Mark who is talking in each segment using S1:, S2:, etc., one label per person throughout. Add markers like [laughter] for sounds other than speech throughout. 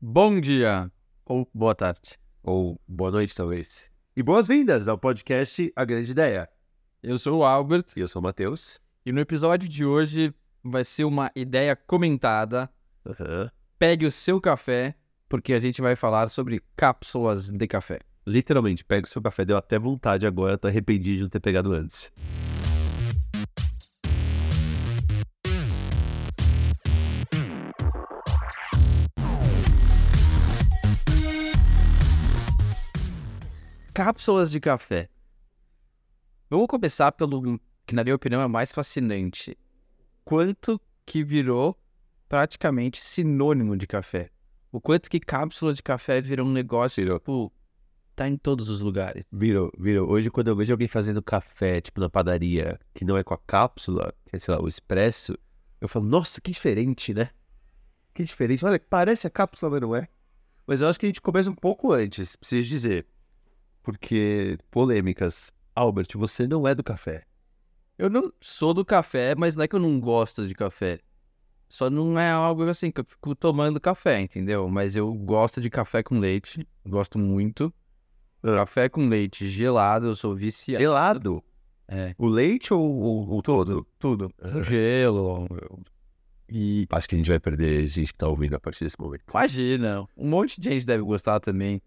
S1: Bom dia ou boa tarde.
S2: Ou boa noite, talvez. E boas-vindas ao podcast A Grande Ideia.
S1: Eu sou o Albert
S2: E eu sou o Matheus.
S1: e no episódio de hoje vai ser uma ideia comentada. Pegue o seu café, porque a gente vai falar sobre cápsulas de café.
S2: Literalmente, pega o seu café, deu até vontade agora, tô arrependido de não ter pegado antes.
S1: Cápsulas de café. Vamos começar pelo que, na minha opinião, é mais fascinante. Quanto que virou praticamente sinônimo de café. O quanto que cápsula de café virou um negócio,
S2: Virou.
S1: tipo, tá em todos os lugares.
S2: Virou, virou. Hoje, quando eu vejo alguém fazendo café, tipo na padaria, que não é com a cápsula, que é, sei lá, o expresso, eu falo, nossa, que diferente, né? Que diferente. Olha, parece a cápsula, mas não é. Mas eu acho que a gente começa um pouco antes, preciso dizer. Porque, polêmicas. Albert, você não é do café.
S1: Eu não sou do café, mas não é que eu não gosto de café. Só não é algo assim que eu fico tomando café, entendeu? Mas eu gosto de café com leite, gosto muito.
S2: Ah.
S1: Café com leite gelado, eu sou viciado.
S2: Gelado.
S1: É.
S2: O leite ou ou- ou todo?
S1: Tudo. Gelo. eu- E
S2: Acho que a gente vai perder gente que tá ouvindo a partir desse momento.
S1: imagina, um monte de gente deve gostar também.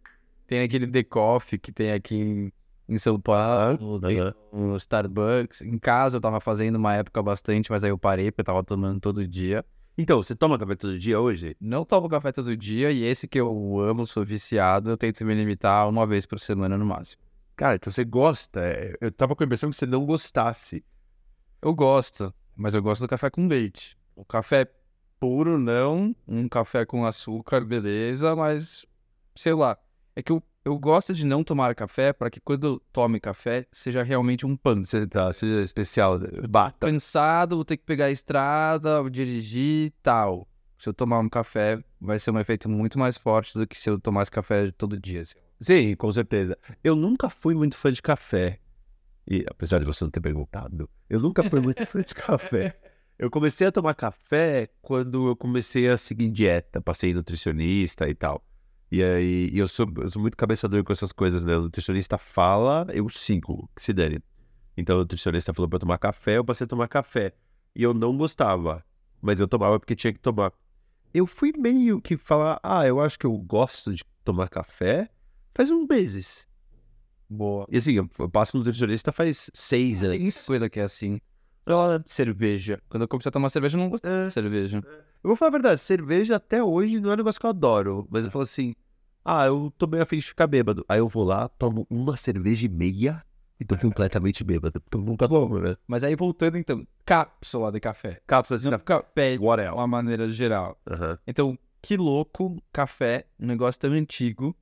S1: Tem aquele The Coffee que tem aqui em, em São Paulo, tem
S2: Ah, aham.
S1: o Starbucks. Em casa eu tava fazendo uma época bastante, mas aí eu parei porque eu tava tomando todo dia.
S2: Então, você toma café todo dia hoje?
S1: Não tomo café todo dia e esse que eu amo, sou viciado, eu tento me limitar a uma vez por semana no máximo.
S2: Cara, então você gosta. é, Eu tava com a impressão que você não gostasse.
S1: Eu gosto, mas eu gosto do café com leite. O café puro, não. Um café com açúcar, beleza, mas sei lá. É que eu, eu gosto de não tomar café para que quando eu tome café seja realmente um pano.
S2: Você tá, você é especial. né? Bata.
S1: Cansado, vou ter que pegar a estrada, vou dirigir e tal. Se eu tomar um café, vai ser um efeito muito mais forte do que se eu tomasse café todo dia. assim.
S2: Sim, com certeza. Eu nunca fui muito fã de café. E apesar de você não ter perguntado, eu nunca fui muito fã de café. Eu comecei a tomar café quando eu comecei a seguir dieta, passei em nutricionista e tal. E aí, e eu sou, eu sou muito cabeçador com essas coisas, né? O nutricionista fala, eu sigo, que se dane. Então, o nutricionista falou pra eu tomar café, eu passei a tomar café. E eu não gostava, mas eu tomava porque tinha que tomar. Eu fui meio que falar, ah, eu acho que eu gosto de tomar café faz uns meses.
S1: Boa.
S2: E assim, eu eu passo no nutricionista faz seis
S1: Tem
S2: anos.
S1: isso coisa que é assim. Ela- Cerveja. Quando eu comecei a tomar cerveja, eu não gostei de cerveja.
S2: Eu vou falar a verdade, cerveja até hoje não é um negócio que eu adoro. Mas eu falo assim, ah, eu tô meio afim de ficar bêbado. Aí eu vou lá, tomo uma cerveja e meia e [laughs] tô completamente bêbado. Porque eu nunca tomo, né?
S1: Mas aí voltando então, cápsula de café.
S2: Cápsula assim, né? de
S1: Não,
S2: café.
S1: café de
S2: What else?
S1: uma maneira geral.
S2: Aham.
S1: Então, que louco, café, um negócio tão antigo,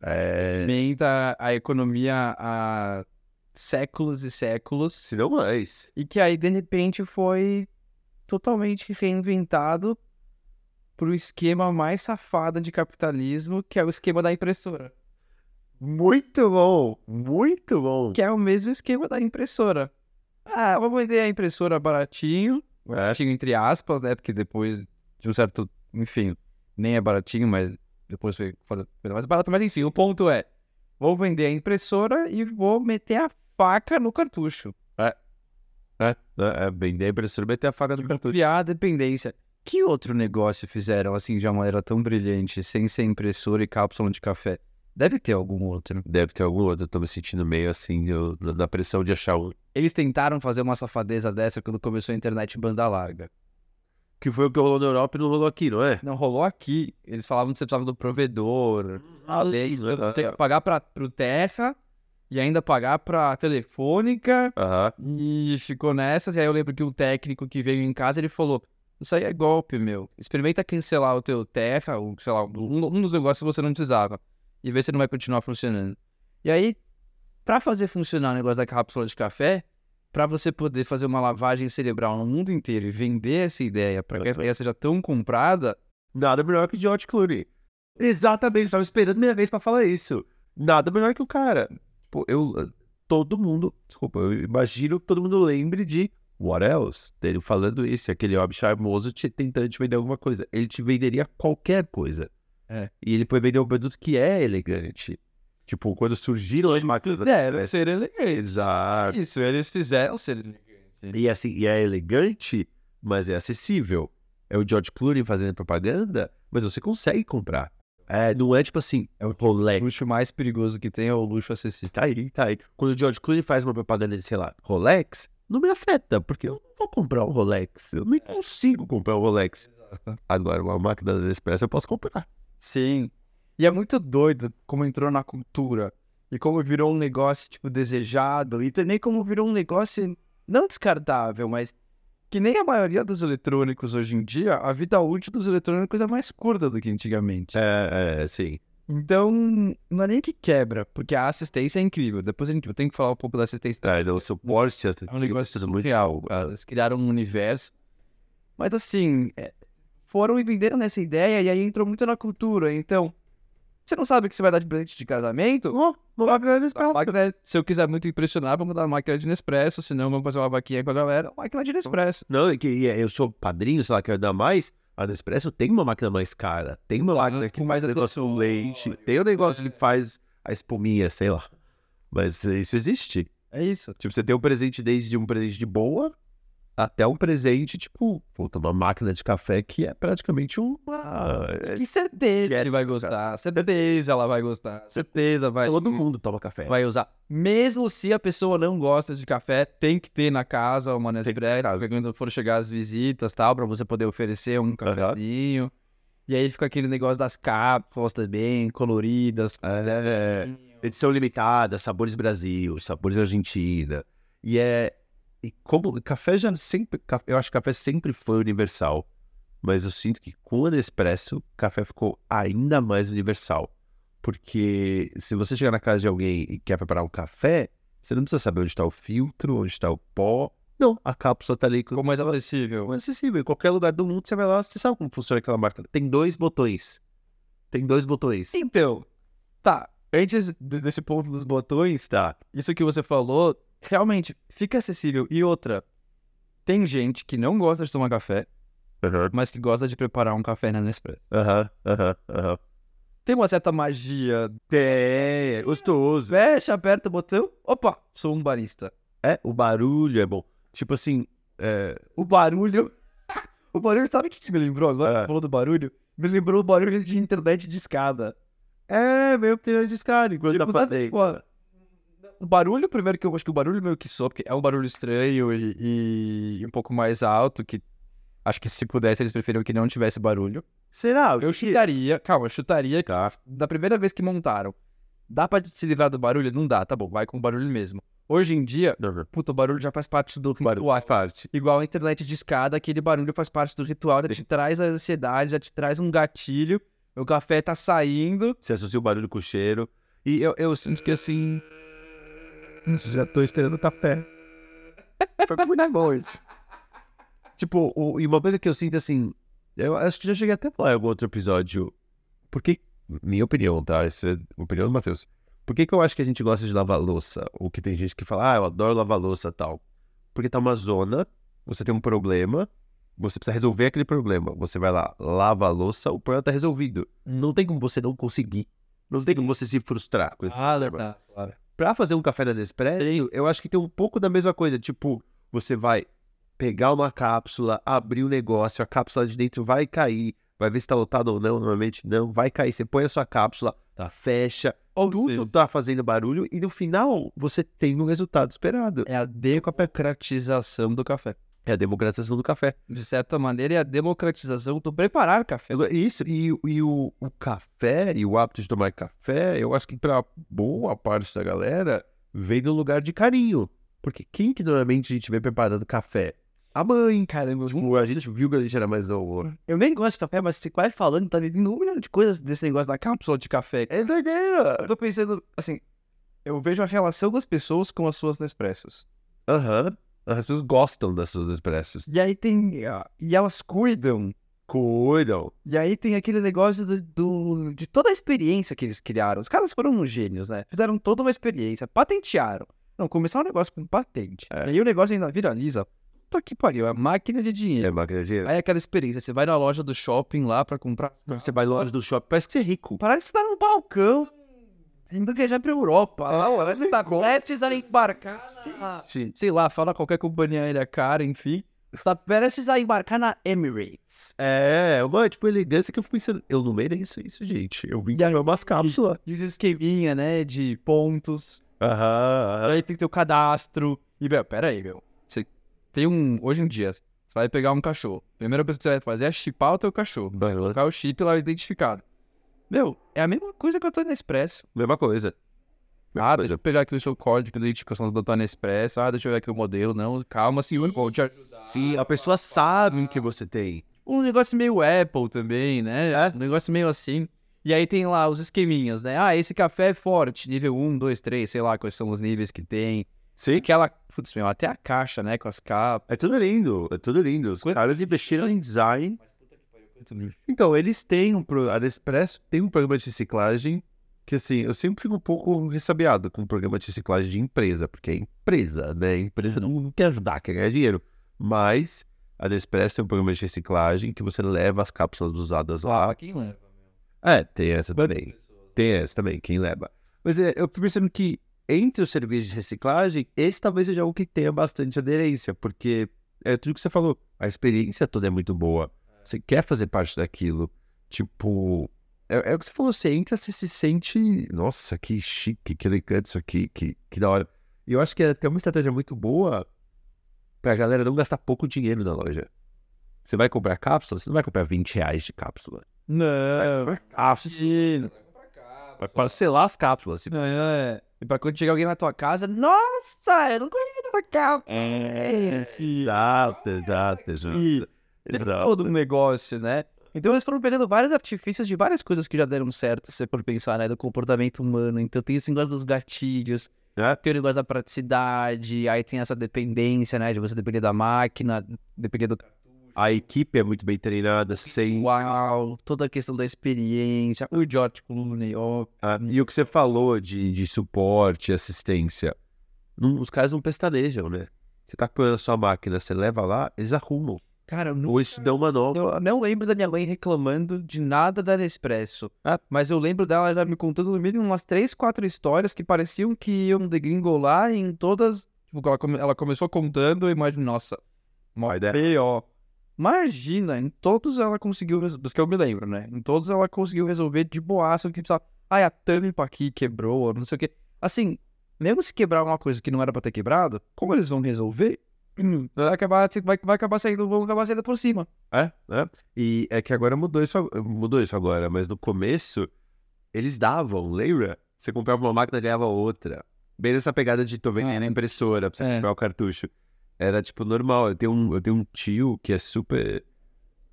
S2: É,
S1: alimenta a economia há séculos e séculos,
S2: Se não mais.
S1: e que aí de repente foi totalmente reinventado pro esquema mais safado de capitalismo, que é o esquema da impressora.
S2: Muito bom, muito bom.
S1: que é o mesmo esquema da impressora. Ah, vou vender a impressora baratinho, baratinho entre aspas, né? Porque depois de um certo, enfim, nem é baratinho, mas depois foi foi coisa mais barata. Mas enfim, o ponto é, vou vender a impressora e vou meter a faca no cartucho,
S2: É, é, é bem da impressora meter a faca no cartucho.
S1: criar a dependência. Que outro negócio fizeram assim de uma maneira tão brilhante, sem ser impressora e cápsula de café? Deve ter algum outro.
S2: Deve ter algum outro, eu tô me sentindo meio assim, eu- na na pressão de achar um.
S1: Eles tentaram fazer uma safadeza dessa quando começou a internet banda larga.
S2: Que foi o que rolou na Europa e não rolou aqui, não é?
S1: Não, rolou aqui. Eles falavam que você precisava do provedor, a lei,
S2: né?
S1: você tem que pagar pra, pro Terra e ainda pagar pra Telefônica.
S2: Aham.
S1: E ficou nessas. E aí eu lembro que um técnico que veio em casa, ele falou, isso aí é golpe, meu. Experimenta cancelar o teu Terra, ou sei lá, um, um dos negócios que você não precisava. E vê se não vai continuar funcionando. E aí, pra fazer funcionar o negócio da cápsula de café, pra você poder fazer uma lavagem cerebral no mundo inteiro e vender essa ideia pra que essa ideia seja tão comprada,
S2: Nada melhor que George Clooney. Exatamente, tava esperando minha vez pra falar isso. Nada melhor que o cara. Tipo, eu. Todo mundo. Desculpa, eu imagino que todo mundo lembre de What else? Dele falando isso, aquele homem charmoso te tentando te vender alguma coisa. Ele te venderia qualquer coisa.
S1: É.
S2: E ele foi vender um produto que é elegante. Tipo, quando surgiram as máquinas.
S1: Fizeram É, um ser elegante.
S2: Exato.
S1: Isso, eles fizeram ser elegante.
S2: E assim, e é elegante, mas é acessível. É o George Clooney fazendo propaganda, mas você consegue comprar. É, não é tipo assim, é o
S1: O
S2: Rolex.
S1: luxo mais perigoso que tem é o luxo acessível.
S2: Tá aí, tá aí. Quando o George Clooney faz uma propaganda de, sei lá, Rolex, não me afeta, porque eu não vou comprar um Rolex. Eu nem consigo comprar um Rolex. Agora, uma máquina da Nespresso eu posso comprar.
S1: Sim. E é muito doido como entrou na cultura e como virou um negócio, tipo, desejado e também como virou um negócio não descartável, mas que nem a maioria dos eletrônicos hoje em dia, a vida útil dos eletrônicos é mais curta do que antigamente.
S2: É, é, sim.
S1: Então, não é nem que quebra, porque a assistência é incrível. Depois a gente tem que falar um pouco da assistência.
S2: É, o suporte
S1: É um negócio
S2: muito
S1: surreal. Elas criaram um universo. Mas assim, é, foram e venderam nessa ideia e aí entrou muito na cultura. Então, você não sabe o que você vai dar de presente de casamento?
S2: Oh, uma máquina da
S1: Dá uma máquina- se eu quiser muito impressionar, vamos dar uma máquina de Nespresso. Se não, vamos fazer uma vaquinha com a galera. Uma máquina de Nespresso.
S2: Não, é que e é, eu sou padrinho, sei lá, quero dar mais. A Nespresso tem uma máquina mais cara. Tem uma máquina que
S1: com mais
S2: faz negócio com leite.
S1: acessórios,
S2: Tem um negócio que faz a espuminha, sei lá. Mas é, isso existe.
S1: É isso.
S2: Tipo, você tem um presente desde um presente de boa até um presente, tipo, puta, uma máquina de café que é praticamente uma. é,
S1: Que certeza ele vai gostar. Certeza ela vai gostar. Certeza vai.
S2: todo mundo toma café.
S1: É. vai usar. Mesmo se a pessoa não gosta de café, tem que ter na casa uma
S2: que ter
S1: Nespresso, quando for chegar as visitas, tal, para você poder oferecer um cafezinho. E aí fica aquele negócio das cápsulas também, coloridas.
S2: É, edição limitada, sabores Brasil, sabores Argentina. E é. E como. Café já sempre. ca- Eu acho que café sempre foi universal. Mas eu sinto que com a Nespresso, café ficou ainda mais universal. Porque se você chegar na casa de alguém e quer preparar um café, você não precisa saber onde está o filtro, onde está o pó. Não, a cápsula tá ali.
S1: Ficou mais acessível.
S2: É acessível. Em qualquer lugar do mundo você vai lá, você sabe como funciona aquela marca. Tem dois botões. Tem dois botões.
S1: Então, tá. Antes de- desse ponto dos botões,
S2: Tá.
S1: isso que você falou, realmente fica acessível. E outra, tem gente que não gosta de tomar café,
S2: Aham.
S1: mas que gosta de preparar um café na Nespresso.
S2: Aham, aham, aham.
S1: Tem uma certa magia
S2: Tem, é gostoso.
S1: Fecha, aperta o botão. Opa, sou um barista.
S2: É, o barulho é bom. Tipo assim, é,
S1: O barulho. [laughs] o barulho, sabe o que que me lembrou agora? que
S2: Ah.
S1: Você falou do barulho? Me lembrou o barulho de internet de escada. É, meio que
S2: tem as escadas enquanto
S1: tipo,
S2: tá
S1: sabe,
S2: fazendo.
S1: tipo, ó, O barulho, primeiro que eu acho que o barulho meio que soa, porque é um barulho estranho e, e um pouco mais alto, que acho que se pudesse eles preferiam que não tivesse barulho.
S2: Será?
S1: Eu chutaria, calma, eu chutaria
S2: Tá.
S1: da primeira vez que montaram. Dá pra se livrar do barulho? Não dá, tá bom, vai com o barulho mesmo. Hoje em dia,
S2: Uhum.
S1: Puta, o barulho já faz parte do
S2: Barulho
S1: ritual.
S2: faz parte.
S1: Igual a internet de escada, aquele barulho faz parte do ritual, já te traz a ansiedade, já te traz um gatilho. O café tá saindo.
S2: Você associa o barulho com o cheiro. E eu, eu sinto que assim. Já tô esperando o café.
S1: É,
S2: Foi muito
S1: [laughs]
S2: bom isso. Tipo, o- e uma coisa que eu sinto assim. Eu acho que já cheguei até a falar em algum outro episódio. Por que. Minha opinião, tá? Isso é a opinião do Matheus. Por que, que eu acho que a gente gosta de lavar louça? Ou que tem gente que fala, ah, eu adoro lavar louça e tal. Porque tá uma zona, você tem um problema, você precisa resolver aquele problema. Você vai lá, lava a louça, o problema tá resolvido. Não tem como você não conseguir. Não tem como você se frustrar com esse
S1: Ah,
S2: problema.
S1: Claro.
S2: Pra fazer um café na Nespresso, eu acho que tem um pouco da mesma coisa. Tipo, você vai pegar uma cápsula, abrir o negócio, a cápsula de dentro vai cair, vai ver se tá lotado ou não, normalmente não, vai cair. Você põe a sua cápsula, tá, fecha,
S1: Ou
S2: tudo
S1: seja,
S2: tá fazendo barulho e no final você tem o resultado esperado.
S1: é a democratização do café.
S2: É a democratização do café.
S1: De certa maneira, é a democratização do preparar café.
S2: Agora, Isso, e, e o, o café, e o hábito de tomar café, eu acho que pra boa parte da galera, vem do lugar de carinho. Porque quem que normalmente a gente vê preparando café? A mãe.
S1: Caramba, eu-
S2: Tipo, a gente viu que a gente era mais novo.
S1: eu nem gosto de café, mas você vai falando, tá vivendo um milhão de coisas desse negócio da cápsula de café.
S2: É doideira.
S1: Eu tô pensando, assim, eu vejo a relação das pessoas com as suas Nespressos.
S2: Aham. As pessoas gostam das suas expressas.
S1: E aí tem. ah, E elas cuidam.
S2: Cuidam.
S1: E aí tem aquele negócio do, do- de toda a experiência que eles criaram. Os caras foram uns gênios, né? Fizeram
S2: É.
S1: toda uma experiência, patentearam. Não, começar um negócio com patente. E aí o negócio ainda viraliza. Puta que pariu, é máquina de dinheiro.
S2: É máquina de dinheiro.
S1: Aí é aquela experiência, você vai na loja do shopping lá pra comprar.
S2: Você vai longe do shopping, parece que você é rico.
S1: Parece que você tá num balcão, indo viajar pra Europa.
S2: Ah,
S1: lá,
S2: olha,
S1: você tá
S2: negócio.
S1: prestes a embarcar na...
S2: Sim.
S1: Sei lá, fala qualquer companhia aérea cara, enfim. Tá prestes a embarcar na Emirates.
S2: É, uma tipo elegância que eu fico pensando. Eu não leio isso, isso, gente. Eu vim ganhar umas cápsulas.
S1: E os esqueminha, né, de pontos.
S2: Aham.
S1: Aí tem que ter o cadastro. E, velho, pera aí, meu. Você tem um... Hoje em dia, você vai pegar um cachorro. Primeira coisa que você vai fazer é chipar o teu cachorro.
S2: Aham.
S1: Colocar o chip lá identificado. Meu, é a mesma coisa que eu tô no Expresso.
S2: Mesma coisa.
S1: Ah, deixa eu pegar aqui o seu código de identificação do Dotana Express. Ah, deixa eu ver aqui o modelo. Não, calma, senhor. Vou te ajudar.
S2: Sim, a pessoa sabe o que você tem.
S1: Um negócio meio Apple também, né?
S2: É.
S1: Um negócio meio assim. E aí tem lá os esqueminhas, né? Ah, esse café é forte, nível 1, 2, 3, sei lá quais são os níveis que tem.
S2: Sim.
S1: Aquela, putz, meu, até a caixa, né? Com as capas.
S2: É tudo lindo, é tudo lindo. Os caras investiram em design. Então, eles têm um pro... a Nespresso tem um programa de reciclagem que, assim, eu sempre fico um pouco ressabiado com o programa de reciclagem de empresa, porque é empresa, né? A empresa não, não quer ajudar, quer ganhar dinheiro. Mas a Nespresso tem um programa de reciclagem que você leva as cápsulas usadas lá.
S1: Ah, quem leva?
S2: É, tem essa também. Tem essa também, quem leva. Mas é, eu fico pensando que entre os serviços de reciclagem, esse talvez seja um que tenha bastante aderência, porque é tudo que você falou, a experiência toda é muito boa. Você quer fazer parte daquilo. Tipo, é, é o que você falou, você entra, você se sente, nossa, que chique, que elegante isso aqui, que, que da hora. E eu acho que é até uma estratégia muito boa pra galera não gastar pouco dinheiro na loja. Você vai comprar cápsula, você não vai comprar 20 reais de cápsula.
S1: Não.
S2: Vai comprar cápsula. Vai parcelar as cápsulas.
S1: Não, é. E pra quando chegar alguém na tua casa, nossa, eu não conheço tua capa. É, sim.
S2: Exato, exato, exato.
S1: E tem
S2: Exato.
S1: todo um negócio, né? Então eles foram pegando vários artifícios de várias coisas que já deram certo, se você for pensar, né? Do comportamento humano. Então tem esse negócio dos gatilhos,
S2: É.
S1: tem o negócio da praticidade, aí tem essa dependência, né? De você depender da máquina, depender do
S2: A equipe é muito bem treinada, sem.
S1: uau, toda a questão da experiência, o George Clooney, ó.
S2: Ah, e o que você falou de, de suporte, assistência. Não- os caras não pestanejam, né? Você tá com a sua máquina, você leva lá, eles arrumam.
S1: Cara, eu
S2: Ou eles te dão uma nova.
S1: Eu não lembro da minha mãe reclamando de nada da Nespresso. né?
S2: Ah.
S1: Mas eu lembro dela já me contando no mínimo umas três, quatro histórias que pareciam que iam degringolar em todas. Tipo, ela, come- ela começou contando e imagina, nossa, mó
S2: Vai dar.
S1: B.O. Imagina, em todos ela conseguiu resolver. Dos que eu me lembro, né? Em todos ela conseguiu resolver de boaça o que precisava. Ai, a tampa aqui quebrou, ou não sei o quê. Assim, mesmo se quebrar uma coisa que não era pra ter quebrado, como eles vão resolver? [clears throat] Vai acabar, vai, vai acabar saindo, vão acabar saindo por cima.
S2: É, é. E é que agora mudou isso, ag- mudou isso agora, mas no começo eles davam, lembra? Você comprava uma máquina e ganhava outra. Bem nessa pegada de tô vendendo a impressora pra você
S1: É.
S2: comprar o cartucho. Era tipo normal. Eu tenho, um, eu tenho um tio que é super.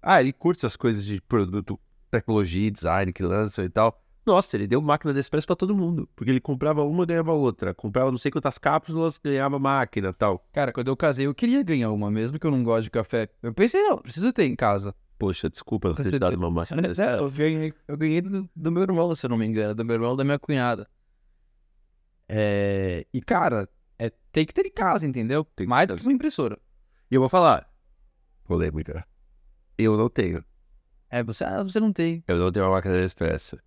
S2: Ah, ele curte essas coisas de produto, tecnologia, design que lança e tal. Nossa, ele deu máquina de expresso pra todo mundo. Porque ele comprava uma, ganhava outra. Comprava não sei quantas cápsulas, ganhava máquina e tal.
S1: Cara, quando eu casei, eu queria ganhar uma, mesmo que eu não goste de café. Eu pensei, não, preciso ter em casa.
S2: Poxa, desculpa não ter te dado uma máquina de
S1: [laughs] Mas é,
S2: expresso.
S1: eu ganhei, eu ganhei do, do meu irmão, se eu não me engano, do meu irmão e da minha cunhada. É, e, cara, é, tem que ter em casa, entendeu?
S2: Tem que
S1: Mais
S2: ter.
S1: do que uma impressora.
S2: E eu vou falar. Polêmica. Eu não tenho.
S1: É, você, ah, você não tem.
S2: Eu não tenho uma máquina de expresso.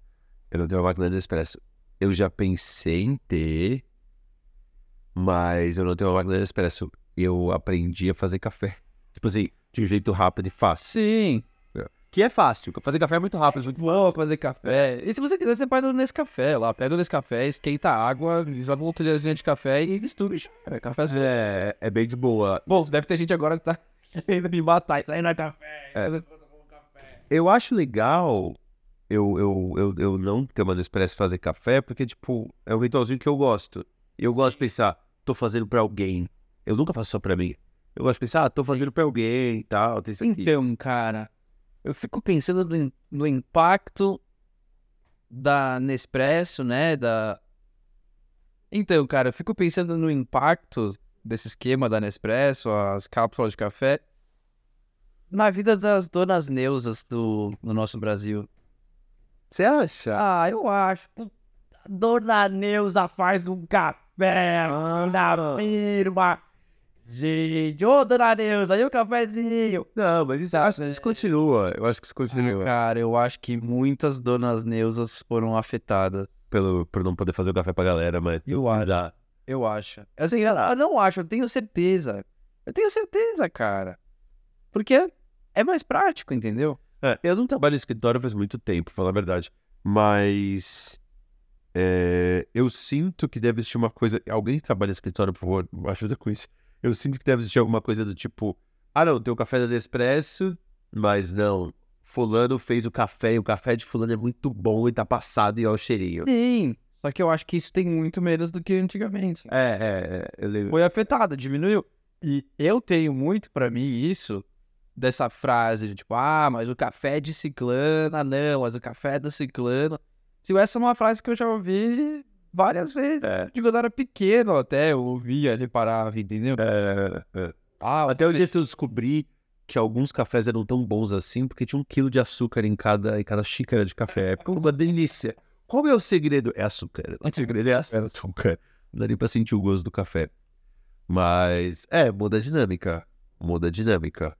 S2: Eu não tenho uma máquina de expresso. Eu já pensei em ter, mas eu não tenho uma máquina de expresso. Eu aprendi a fazer café. Tipo assim, de um jeito rápido e fácil.
S1: Sim.
S2: Que é fácil. Fazer café é muito rápido. muito
S1: Vamos fazer café. E se você quiser, você faz nesse café lá. Pega nesse café, esquenta a água, joga uma colherzinha de café e mistura. e já era. café é.
S2: É, é bem de boa.
S1: Bom, deve ter gente agora que tá [laughs] querendo me matar. Isso aí não é café.
S2: É.
S1: isso aí
S2: Eu acho legal eu, eu, eu, eu não ter uma Nespresso e fazer café, porque, tipo, é um ritualzinho que eu gosto. E eu gosto de pensar, tô fazendo pra alguém. Eu nunca faço só pra mim. Eu gosto de pensar, ah, tô fazendo pra alguém e tal, tem isso aqui.
S1: Então, cara, eu fico pensando no, im- no impacto da Nespresso, né? Da... Então, cara, eu fico pensando no impacto desse esquema da Nespresso, as cápsulas de café, na vida das donas neusas do, no nosso Brasil.
S2: Você acha?
S1: Ah, eu acho. A Ah. Dona Neuza faz um café na firma.
S3: Gente, ô dona Neuza, aí o cafezinho.
S2: Não, mas isso,
S1: Tá,
S2: eu acho que isso continua. Eu acho que isso continua.
S1: Cara, eu acho que muitas donas neusas foram afetadas.
S2: Pelo, por não poder fazer o café pra galera, mas.
S1: Eu acho.
S2: Já.
S1: Eu acho. Assim, eu eu não acho, eu tenho certeza. Eu tenho certeza, cara. Porque é mais prático, entendeu?
S2: É, eu não trabalho em escritório faz muito tempo, pra falar a verdade. Mas. é, eu sinto que deve existir uma coisa. Alguém que trabalha em escritório, por favor, me ajuda com isso. Eu sinto que deve existir alguma coisa do tipo: ah, não, tem o café da Nespresso, mas não. Fulano fez o café e o café de Fulano é muito bom e tá passado e olha o cheirinho.
S1: Sim. Só que eu acho que isso tem muito menos do que antigamente.
S2: É, é, é. Eu lembro.
S1: Foi afetada, diminuiu. E eu tenho muito pra mim isso, dessa frase de tipo, ah, mas o café é de ciclana, não, mas o café é da ciclana. Tipo, essa é uma frase que eu já ouvi várias vezes.
S2: É.
S1: De quando eu era pequeno até, eu ouvia, reparava, entendeu?
S2: É, é.
S1: Ah,
S2: Até o dia que eu descobri que alguns cafés eram tão bons assim, porque tinha um quilo de açúcar em cada, em cada xícara de café. É uma delícia. Qual é o segredo? É açúcar. O segredo é açúcar. Não dá nem pra sentir o gosto do café. Mas, é, muda a dinâmica. Muda a dinâmica.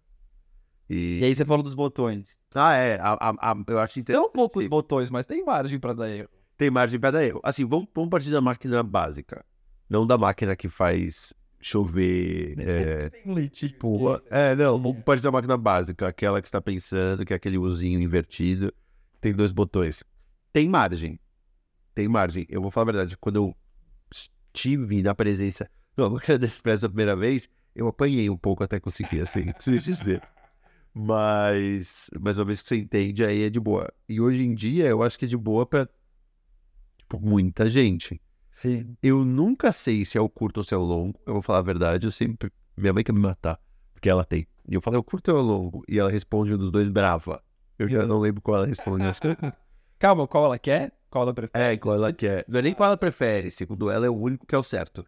S3: E
S2: E... Então
S3: aí você falou dos botões.
S2: Ah, é. a- a- a- eu acho
S1: São
S2: interessante.
S1: poucos botões, mas tem margem pra dar erro.
S2: Tem margem para dar erro. Assim, vamos, vamos partir da máquina básica. Não da máquina que faz chover... é,
S3: Tem leite.
S2: Tipo, é, não, vamos partir da máquina básica, aquela que você está pensando, que é aquele uzinho invertido, tem dois botões. Tem margem. Tem margem. Eu vou falar a verdade, quando eu estive na presença [laughs] do Amor Nespresso a primeira vez, eu apanhei um pouco até conseguir, assim, [laughs] preciso dizer. Mas, mas uma vez que você entende, aí é de boa. E hoje em dia, eu acho que é de boa pra, tipo, muita gente.
S3: Sim.
S2: Eu nunca sei se é o curto ou se é o longo. Eu vou falar a verdade, eu sempre. Minha mãe quer me matar, porque ela tem. E eu falo, é o curto ou é o longo? E ela responde um dos dois brava. Eu já não lembro qual ela responde.
S1: [laughs] Calma, qual ela quer? Qual ela prefere?
S2: né, é, qual ela quer. Não é nem qual ela prefere. Segundo ela, é o único que é o certo.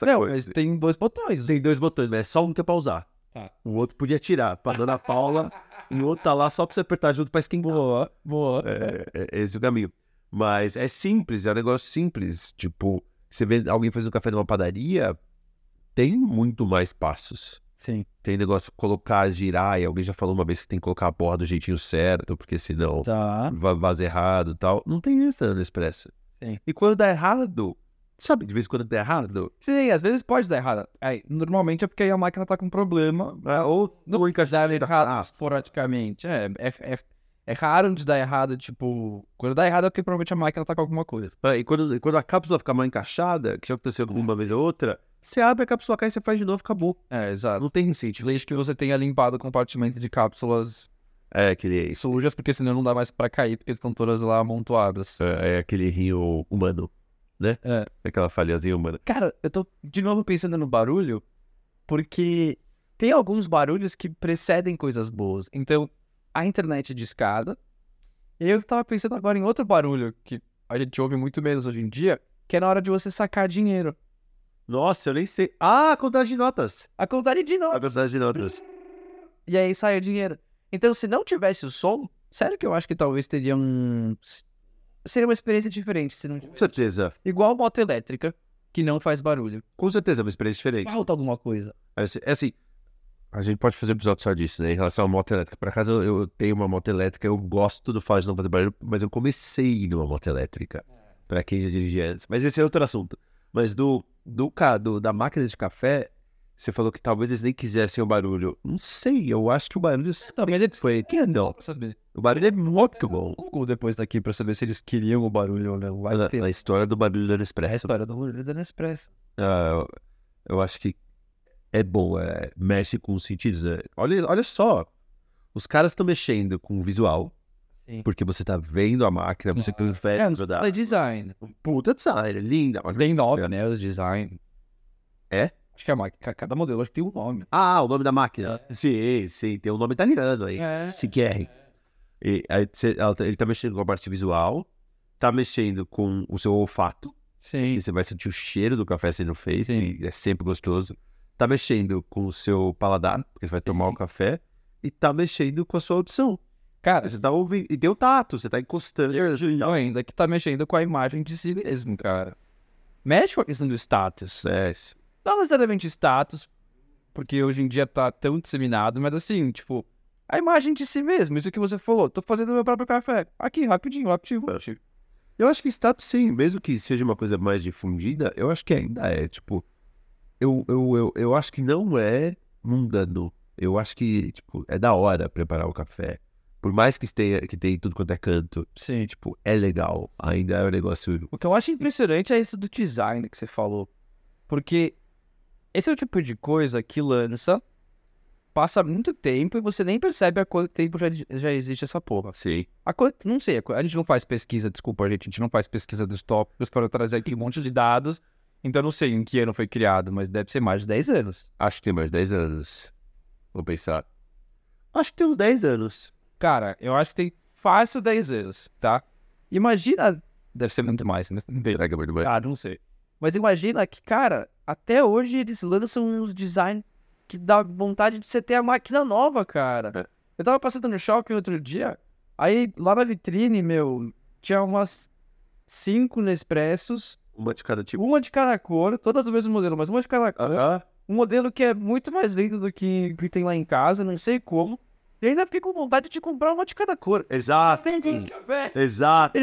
S1: não,
S2: coisa?
S1: mas tem dois botões.
S2: Tem dois botões, mas é só um que é pra usar.
S1: Tá.
S2: O outro podia tirar. Pra dona Paula, e o outro tá lá só pra você apertar junto pra esquentar.
S1: Boa, boa.
S2: É, é, é esse o caminho. Mas é simples, é um negócio simples. Tipo, você vê alguém fazendo café numa padaria, tem muito mais passos.
S3: Sim.
S2: Tem negócio de colocar, girar, e alguém já falou uma vez que tem que colocar a borra do jeitinho certo, porque senão
S3: Tá.
S2: va- vaza errado e tal. Não tem essa no Expresso.
S3: Sim.
S2: E quando dá errado, sabe, de vez em quando dá errado,
S1: Sim, às vezes pode dar errado. Aí, normalmente é porque aí a máquina tá com problema.
S2: ah, ou
S1: Não
S2: não encaixar
S1: Dá errado Ah. esporadicamente. É, é, é, é raro de dar errado, tipo. Quando dá errado é porque provavelmente a máquina tá com alguma coisa.
S2: Ah, e quando, e quando a cápsula fica mal encaixada, que já aconteceu alguma vez ou outra, você abre a cápsula cai e você faz de novo, acabou.
S1: É, exato.
S2: Não tem incentivo.
S1: Desde que você tenha limpado o compartimento de cápsulas
S2: É aquele,
S1: sujas, porque senão não dá mais pra cair, porque estão todas lá amontoadas.
S2: é aquele rio humano, né?
S1: É.
S2: Aquela falhazinha humana.
S3: Cara, eu tô de novo pensando no barulho,
S1: porque tem alguns barulhos que precedem coisas boas. Então, a internet de escada. E eu tava pensando agora em outro barulho que a gente ouve muito menos hoje em dia, que é na hora de você sacar dinheiro.
S2: Nossa, eu nem sei. Ah, contagem de notas.
S1: A contagem de
S2: A
S1: novo.
S2: contagem de notas.
S1: E aí sai o dinheiro. Então, se não tivesse o som, sério que eu acho que talvez teria um. Seria uma experiência diferente se não
S2: Com
S1: tivesse.
S2: certeza.
S1: Igual moto elétrica, que não faz barulho.
S2: Com certeza, é uma experiência diferente.
S1: Falta alguma coisa.
S2: É assim- É assim, a gente pode fazer um episódio só disso, né? Em relação à moto elétrica. Por acaso, eu, eu tenho uma moto elétrica, eu gosto do fato de não fazer barulho, mas eu comecei numa moto elétrica. Pra quem já dirigia antes. Mas esse é outro assunto. Mas do, do, ca- do da máquina de café, você falou que talvez eles nem quisessem o barulho. Não sei, eu acho que o barulho
S1: Também eles
S2: foi... Que não.
S1: pra saber.
S2: O barulho é muito bom.
S1: Google um depois daqui pra saber se eles queriam o barulho ou não. Vai
S2: Na,
S1: ter.
S2: na história do barulho do
S1: É a
S2: Nespresso,
S1: história do barulho da Nespresso.
S2: Ah, eu, eu acho que é boa, é, mexe com os sentidos. né? Olha, olha só, os caras estão mexendo com o visual,
S3: Sim.
S2: porque você tá vendo a máquina, você confere
S1: É,
S2: tudo da-
S1: é design.
S2: um puta design, é linda. a máquina.
S1: Tem nome, né? Os design.
S2: É?
S1: Acho que a máquina, cada modelo acho que tem um nome.
S2: Ah, o nome da máquina. Sim, sim, tem um nome italiano aí.
S1: É.
S2: Siquer. E aí você- ela tá- ele tá mexendo com a parte visual, tá mexendo com o seu olfato.
S1: Sim.
S2: E você vai sentir o cheiro do café sendo feito,
S1: Sim.
S2: e é sempre gostoso. Tá mexendo com o seu paladar, porque você vai tomar o café, e tá mexendo com a sua audição.
S1: Cara,
S2: Você tá ouvindo, e deu tato, você tá encostando.
S1: não ainda que tá mexendo com a imagem de si mesmo, cara. Mexe com a questão do status.
S2: É, isso.
S1: Não necessariamente status, porque hoje em dia tá tão disseminado, mas assim, tipo, a imagem de si mesmo, isso que você falou, tô fazendo meu próprio café. Aqui, rapidinho, rapidinho.
S2: É. Eu acho que status, sim, mesmo que seja uma coisa mais difundida, eu acho que ainda é. Tipo, eu, eu, eu, eu acho que não é mundano. Eu acho que, tipo, é da hora preparar o café. Por mais que tenha, que tenha em tudo quanto é canto,
S1: Sim.
S2: tipo, é legal. Ainda é um negócio.
S1: O que eu acho impressionante é isso do design que você falou. Porque esse é o tipo de coisa que lança, passa muito tempo e você nem percebe há quanto tempo já, já existe essa porra.
S2: Sim.
S1: Há quanto- não sei, há qu- a gente não faz pesquisa, desculpa, gente, a gente não faz pesquisa dos tópicos para trazer aqui um monte de dados. Então eu não sei em que ano foi criado, mas deve ser mais de 10 anos.
S2: Acho que tem mais 10 anos. Vou pensar. Acho que tem uns 10 anos.
S1: Cara, eu acho que tem fácil 10 anos, tá? Imagina. Deve ser muito [laughs] mais, né? mas
S2: Será que é muito mais?
S1: Ah, não sei. Mas imagina que, cara, até hoje eles lançam uns design que dá vontade de você ter a máquina nova, cara.
S2: É.
S1: Eu tava passando no shopping outro dia, aí lá na vitrine, meu, tinha umas cinco Nespressos,
S2: Uma de cada tipo. Ah,
S1: uma de cada cor, todas do mesmo modelo, mas uma de cada cor.
S2: Aham.
S1: Um modelo que é muito mais lindo do que, que tem lá em casa, não sei como. E ainda fiquei com vontade de comprar uma de cada cor.
S2: Exato.
S1: Hum. café. assim,
S2: Exato.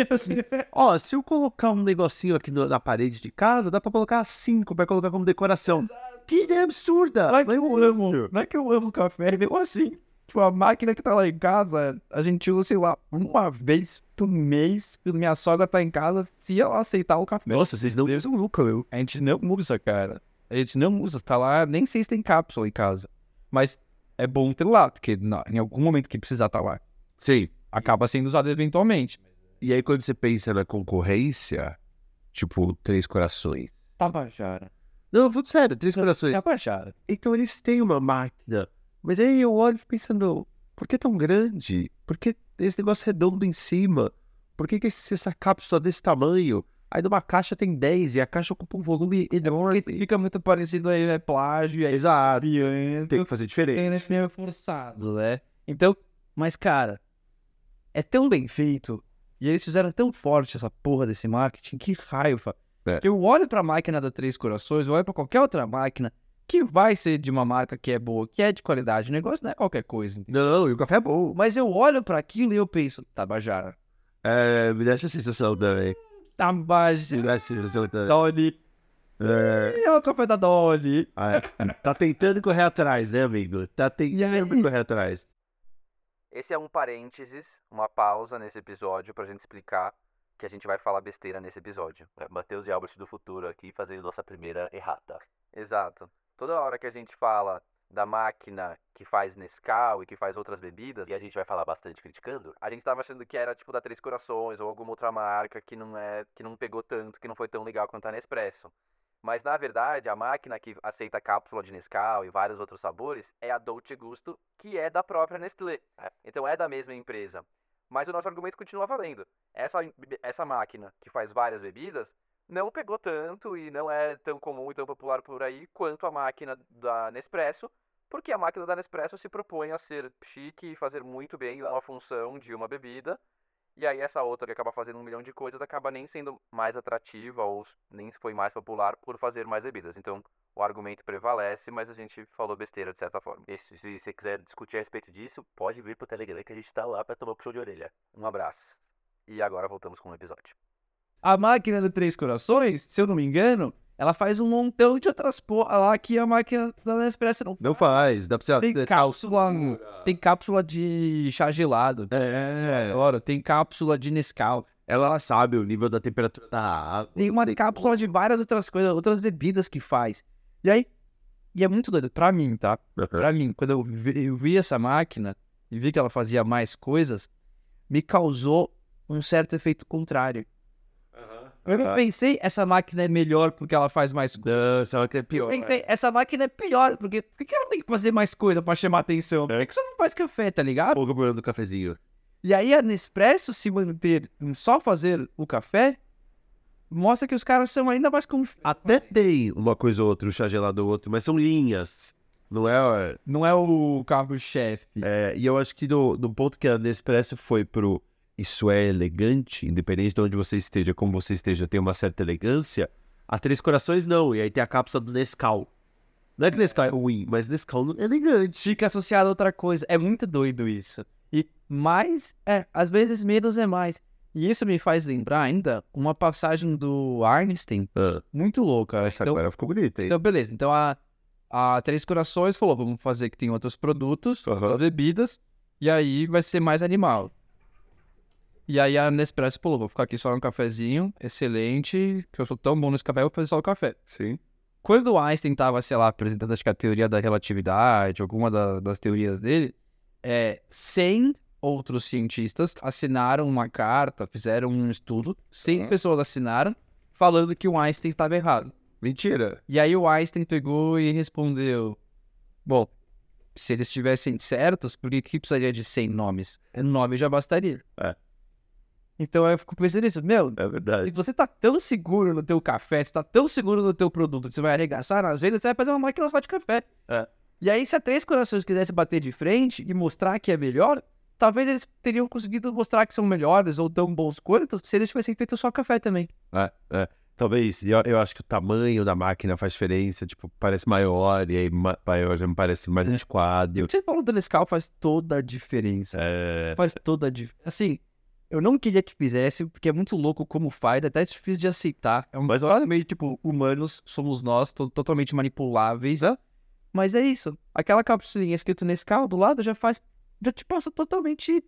S2: É, Ó, se eu colocar um negocinho aqui no- na parede de casa, dá pra colocar cinco pra colocar como decoração. Que ideia absurda!
S1: Não é que
S2: Mas
S1: eu
S2: isso.
S1: amo, não é que eu amo café, mesmo assim. Tipo, a máquina que tá lá em casa, a gente usa, sei lá, uma vez por mês, quando minha sogra tá em casa, se ela aceitar o café.
S2: Nossa, vocês não usam nunca, meu.
S1: A gente não usa, cara. A gente não usa, tá lá, nem sei se tem cápsula em casa. Mas é bom ter lá, porque na- em algum momento que precisar tá lá.
S2: Sim.
S1: Acaba sendo usado eventualmente.
S2: E aí, quando você pensa na concorrência, tipo, Três Corações.
S3: Tabajara.
S2: Não, falando sério, Três Corações.
S3: Tabajara.
S2: Então eles têm uma máquina. Mas aí eu olho pensando, por que tão grande? Por que esse negócio redondo em cima? Por que, que esse- essa cápsula desse tamanho? Aí numa caixa tem 10 e a caixa ocupa um volume enorme.
S1: Fica muito parecido aí, é plágio, é
S2: Exato.
S1: pianto.
S2: Tem que fazer diferente.
S1: tem nesse meio forçado, né? Então, mas cara, é tão bem feito e eles fizeram tão forte essa porra desse marketing, que raiva.
S2: É.
S1: Eu olho pra máquina da Três Corações, eu olho pra qualquer outra máquina que vai ser de uma marca que é boa, que é de qualidade, o negócio não é qualquer coisa. entendeu?
S2: Não, e o café é bom.
S1: Mas eu olho pra aquilo e eu penso, Tabajara,
S2: É, me dá essa sensação também. Me
S1: Tabajara,
S2: dá essa sensação também.
S1: Dolly,
S2: É,
S1: é o café da Dolly.
S2: ah, é. Tá tentando correr atrás, né, amigo? Tá tentando correr atrás.
S1: Esse é um parênteses, uma pausa nesse episódio pra gente explicar que a gente vai falar besteira nesse episódio.
S4: É, Matheus e Albert do futuro aqui fazendo nossa primeira errata.
S1: Exato. Toda hora que a gente fala da máquina que faz Nescau e que faz outras bebidas,
S4: E a gente vai falar bastante criticando?
S1: a gente tava achando que era tipo da Três Corações ou alguma outra marca que não é que não pegou tanto, que não foi tão legal quanto a Nespresso. Mas na verdade, a máquina que aceita cápsula de Nescau e vários outros sabores é a Dolce Gusto, que é da própria Nestlé. Então é da mesma empresa. Mas o nosso argumento continua valendo. Essa, essa máquina que faz várias bebidas não pegou tanto e não é tão comum e tão popular por aí quanto a máquina da Nespresso, porque a máquina da Nespresso se propõe a ser chique e fazer muito bem uma função de uma bebida. E aí essa outra que acaba fazendo um milhão de coisas acaba nem sendo mais atrativa ou nem foi mais popular por fazer mais bebidas. Então o argumento prevalece, mas a gente falou besteira de certa forma.
S4: E se se você quiser discutir a respeito disso, pode vir pro Telegram que a gente tá lá pra tomar puxão de orelha.
S1: Um abraço. E agora voltamos com o episódio. A máquina do Três Corações, se eu não me engano, ela faz um montão de outras porra lá que a máquina da Nespresso não
S2: Não faz, dá pra você
S1: Tem
S2: você-
S1: cápsula, um, tem cápsula de chá gelado.
S2: É,
S1: Adoro. Tem cápsula de Nescau.
S2: ela, ela sabe o nível da temperatura da água.
S1: Tem uma cápsula de várias outras coisas, outras bebidas que faz. E aí, e é muito doido. Pra mim, tá? Pra mim, quando eu vi, eu vi essa máquina e vi que ela fazia mais coisas, me causou um certo efeito contrário. Eu não
S2: Ah.
S1: pensei, essa máquina é melhor porque ela faz mais coisas.
S2: Dança, ela que é
S1: Eu
S2: pior.
S1: pensei, essa máquina é pior, porque por que que ela tem que fazer mais coisa pra chamar atenção? Por que que você não faz café, tá ligado?
S2: Pouco problema do cafezinho.
S1: E aí a Nespresso se manter em só fazer o café mostra que os caras são ainda mais conf...
S2: Até tem uma coisa ou outra, um chá gelado ou outro, mas são linhas. Não é.
S1: Não é o carro-chefe.
S2: é, e eu acho que do, do ponto que a Nespresso foi pro isso é elegante, independente de onde você esteja, como você esteja, tem uma certa elegância. A Três Corações não, e aí tem a cápsula do Nescau. Não é que Nescau é ruim, mas Nescau não é elegante.
S1: Fica associado a outra coisa. É muito doido isso. E mais, é, às vezes menos é mais. E isso me faz lembrar ainda uma passagem do Einstein
S2: Ah,
S1: muito louca.
S2: essa
S1: Então,
S2: agora ficou bonita, hein?
S1: então, beleza. Então a, a Três Corações falou: vamos fazer que tem outros produtos,
S2: Aham.
S1: outras bebidas, e aí vai ser mais animal. E aí a Nespresso falou: vou ficar aqui só no cafezinho, excelente, que eu sou tão bom nesse café, eu vou fazer só o café.
S2: Sim.
S1: Quando o Einstein estava, sei lá, apresentando acho que a teoria da relatividade, alguma da- das teorias dele, é, 100 outros cientistas assinaram uma carta, fizeram um estudo, 100
S2: Uhum.
S1: pessoas assinaram, falando que o Einstein estava errado.
S2: Mentira.
S1: E aí o Einstein pegou e respondeu: Bom, se eles estivessem certos, por que, que precisaria de 100 nomes? Um nome já bastaria.
S2: É.
S1: Então eu fico pensando nisso, meu,
S2: É
S1: se
S2: verdade.
S1: você tá tão seguro no teu café, se tá tão seguro no teu produto, que você vai arregaçar nas vendas, você vai fazer uma máquina só de café.
S2: É.
S1: E aí, se a Três Corações quisesse bater de frente e mostrar que é melhor, talvez eles teriam conseguido mostrar que são melhores ou tão bons quanto se eles tivessem feito só café também.
S2: É, é. Talvez, e eu, eu acho que o tamanho da máquina faz diferença, tipo, parece maior, e aí ma- maior já me parece mais antiquado. e eu-
S1: Você falou do Nescau faz toda a diferença.
S2: É,
S1: Faz toda a diferença. Assim, eu não queria que fizesse, porque é muito louco como faz, é até difícil de aceitar. É um
S2: Mas, ó,
S1: meio tipo, humanos somos nós, to- totalmente manipuláveis. Mas é isso. Aquela capsulinha escrito nesse carro do lado já faz. Já te passa totalmente.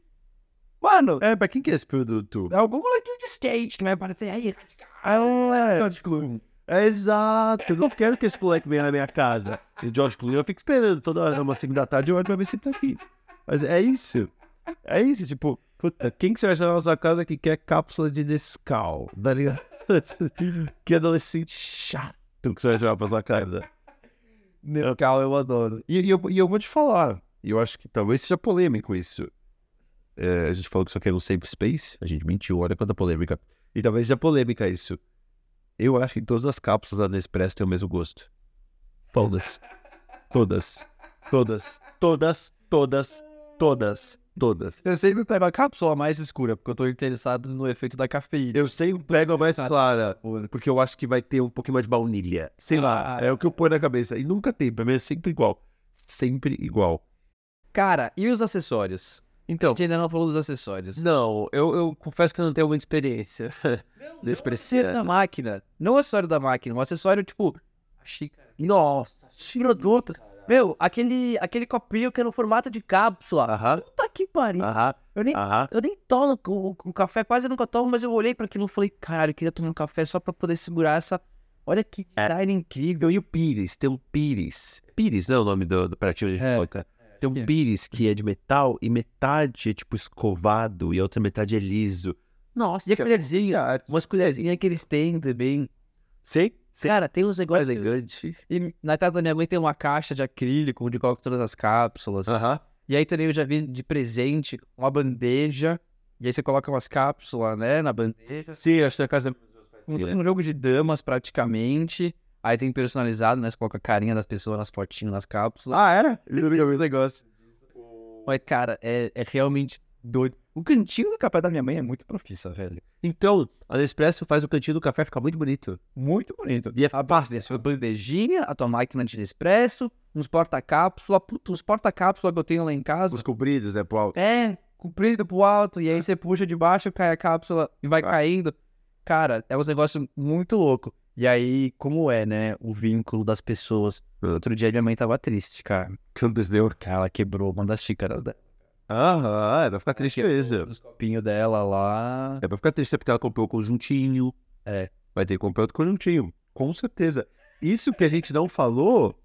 S1: Mano,
S2: é, pra quem que é esse produto?
S1: é algum molequinho de skate que vai aparecer aí. tipo,
S2: Ah, é. É, exato. Eu não quero que esse moleque venha na minha casa. E o George Clooney, eu fico esperando toda hora, uma segunda da tarde, eu olho pra ver se ele tá aqui. Mas é isso. É isso, tipo, puta, quem que você vai achar na nossa casa que quer cápsula de Nescau? Tá ligado? [laughs] Que adolescente chato que você vai chamar pra sua casa.
S3: Nescau eu adoro.
S2: E, e eu, e eu vou te falar, e eu acho que talvez seja polêmico isso. É, a gente falou que só quer um safe space, a gente mentiu, olha quanta polêmica. E talvez seja polêmica isso. Eu acho que todas as cápsulas da Nespresso têm o mesmo gosto. Todas. Todas. Todas. Todas. Todas. Todas. Todas.
S1: Eu sempre pego a cápsula mais escura, porque eu tô interessado no efeito da cafeína.
S2: Eu sempre pego a mais clara, porque eu acho que vai ter um pouquinho mais de baunilha. Sei lá, é o que eu ponho na cabeça. E nunca tem, pra mim é sempre igual. Sempre igual.
S1: Cara, e os acessórios? A
S2: Então,
S1: gente ainda não falou dos acessórios.
S2: Não, eu, eu confesso que eu não tenho muita experiência. Nesse
S1: acessório da máquina. Não o acessório da máquina, um acessório tipo. A xícara.
S2: Nossa.
S1: Produto. Meu, aquele, aquele copinho que é no formato de cápsula.
S2: Aham,
S1: Puta que pariu.
S2: aham,
S1: Eu nem,
S2: aham.
S1: eu nem tomo o, o café, quase nunca tomo, mas eu olhei pra aquilo e falei, caralho, eu queria tomar um café só pra poder segurar essa. Olha que design incrível.
S2: E o Pires, tem um Pires. Pires, não é o nome do, do pratinho de
S1: É.
S2: coca. Tem um
S1: que é.
S2: Pires que é de metal e metade é tipo escovado e a outra metade é liso.
S1: Nossa, e a colherzinha. Umas colherzinhas que eles têm também.
S2: Sei, sei.
S1: Cara, tem uns
S2: É
S1: negócios.
S2: elegante.
S1: E na casa da minha mãe tem uma caixa de acrílico onde coloca todas as cápsulas.
S2: Aham.
S1: E aí também eu já vi de presente uma bandeja. E aí você coloca umas cápsulas, né, na bandeja.
S2: Sim, acho que é a casa
S1: Um,
S2: Sim, né?
S1: um jogo de damas praticamente. Aí tem personalizado, né? Você coloca a carinha das pessoas nas fotinhas, nas cápsulas.
S2: Ah, era? Eu
S1: [laughs]
S2: nunca vi esse negócio.
S1: Mas, cara, é, é realmente doido. O cantinho do café da minha mãe é muito profissa, velho.
S2: Então, a Nespresso faz o cantinho do café ficar muito bonito.
S1: Muito bonito.
S2: E é
S1: A base sua bandejinha, a tua máquina de Nespresso, uns porta-cápsula. Puta, os porta-cápsula que eu tenho lá em casa.
S2: Os compridos, né, Paulo?
S1: É, comprido pro alto, e
S2: É.
S1: aí você puxa de baixo, cai a cápsula e vai
S2: Ah.
S1: caindo. Cara, é um negócio muito louco. E aí, como é, né, o vínculo das pessoas? Outro dia minha mãe tava triste, cara.
S2: Que aconteceu?
S1: Cara, Ela quebrou uma das xícaras dela.
S2: Aham, é, vai ficar triste mesmo.
S1: Os copinhos dela lá.
S2: É pra ficar triste, é porque ela comprou o conjuntinho.
S1: É.
S2: Vai ter que comprar outro conjuntinho. Com certeza. Isso que a gente não falou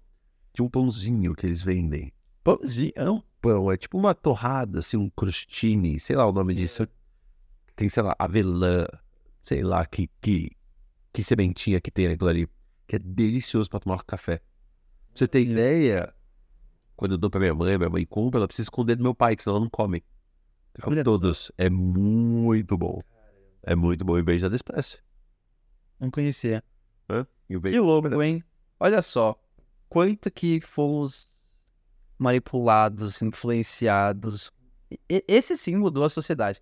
S2: de um pãozinho que eles vendem. Pãozinho é um pão, é tipo uma torrada, assim, um crostini, sei lá o nome disso. Tem, sei lá, avelã, sei lá que, que, que sementinha que tem aquilo ali. Que é delicioso pra tomar com café. Pra você ter ideia, quando eu dou pra minha mãe, minha mãe compra, ela precisa esconder do meu pai, que senão ela não come. Eu como todos. É muito bom. É muito bom. E beijo da Nespresso.
S1: Não conhecia.
S2: E
S1: Que
S2: o beijo.
S1: louco, hein? Olha só. Quanto que fomos manipulados, influenciados. E- e- Esse sim mudou a sociedade.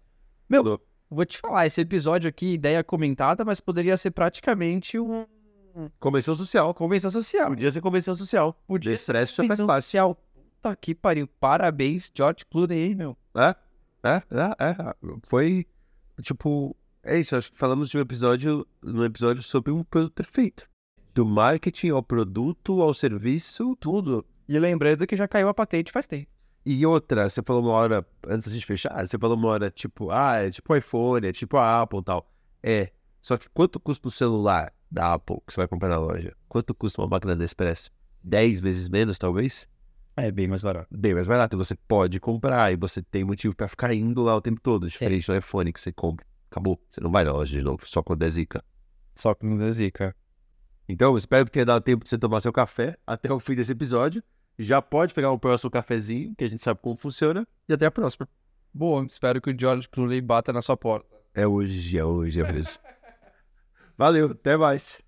S2: Meu,
S1: Vou te falar, esse episódio aqui, ideia comentada, mas poderia ser praticamente um,
S2: Convenção social.
S1: Convenção social.
S2: Podia ser convenção social.
S1: Podia ser
S2: Estresse já faz
S1: convenção
S2: parte.
S1: social. Puta que pariu. Parabéns, George Clooney, meu.
S2: É, é, é, é. Foi, tipo, é isso. Acho que falamos de um episódio, num episódio sobre um produto perfeito. Do marketing ao produto, ao serviço, tudo.
S1: E lembrando que já caiu a patente faz tempo.
S2: E outra, você falou uma hora, antes da gente fechar, você falou uma hora, tipo, ah, é tipo iPhone, é tipo a Apple e tal. É. Só que quanto custa o celular da Apple que você vai comprar na loja? Quanto custa uma máquina da Expresso? 10 vezes menos, talvez?
S1: É bem mais barato.
S2: bem mais barato. Você pode comprar e você tem motivo pra ficar indo lá o tempo todo. Diferente do iPhone que você compra. Acabou. Você não vai na loja de novo, só quando é zica.
S1: Só que não deu zica.
S2: Então, eu espero que tenha dado tempo de você tomar seu café até o fim desse episódio. Já pode pegar um próximo cafezinho, que a gente sabe como funciona. E até a próxima.
S1: Bom, espero que o George Clooney bata na sua porta.
S2: É hoje, é hoje, é hoje. Valeu, até mais.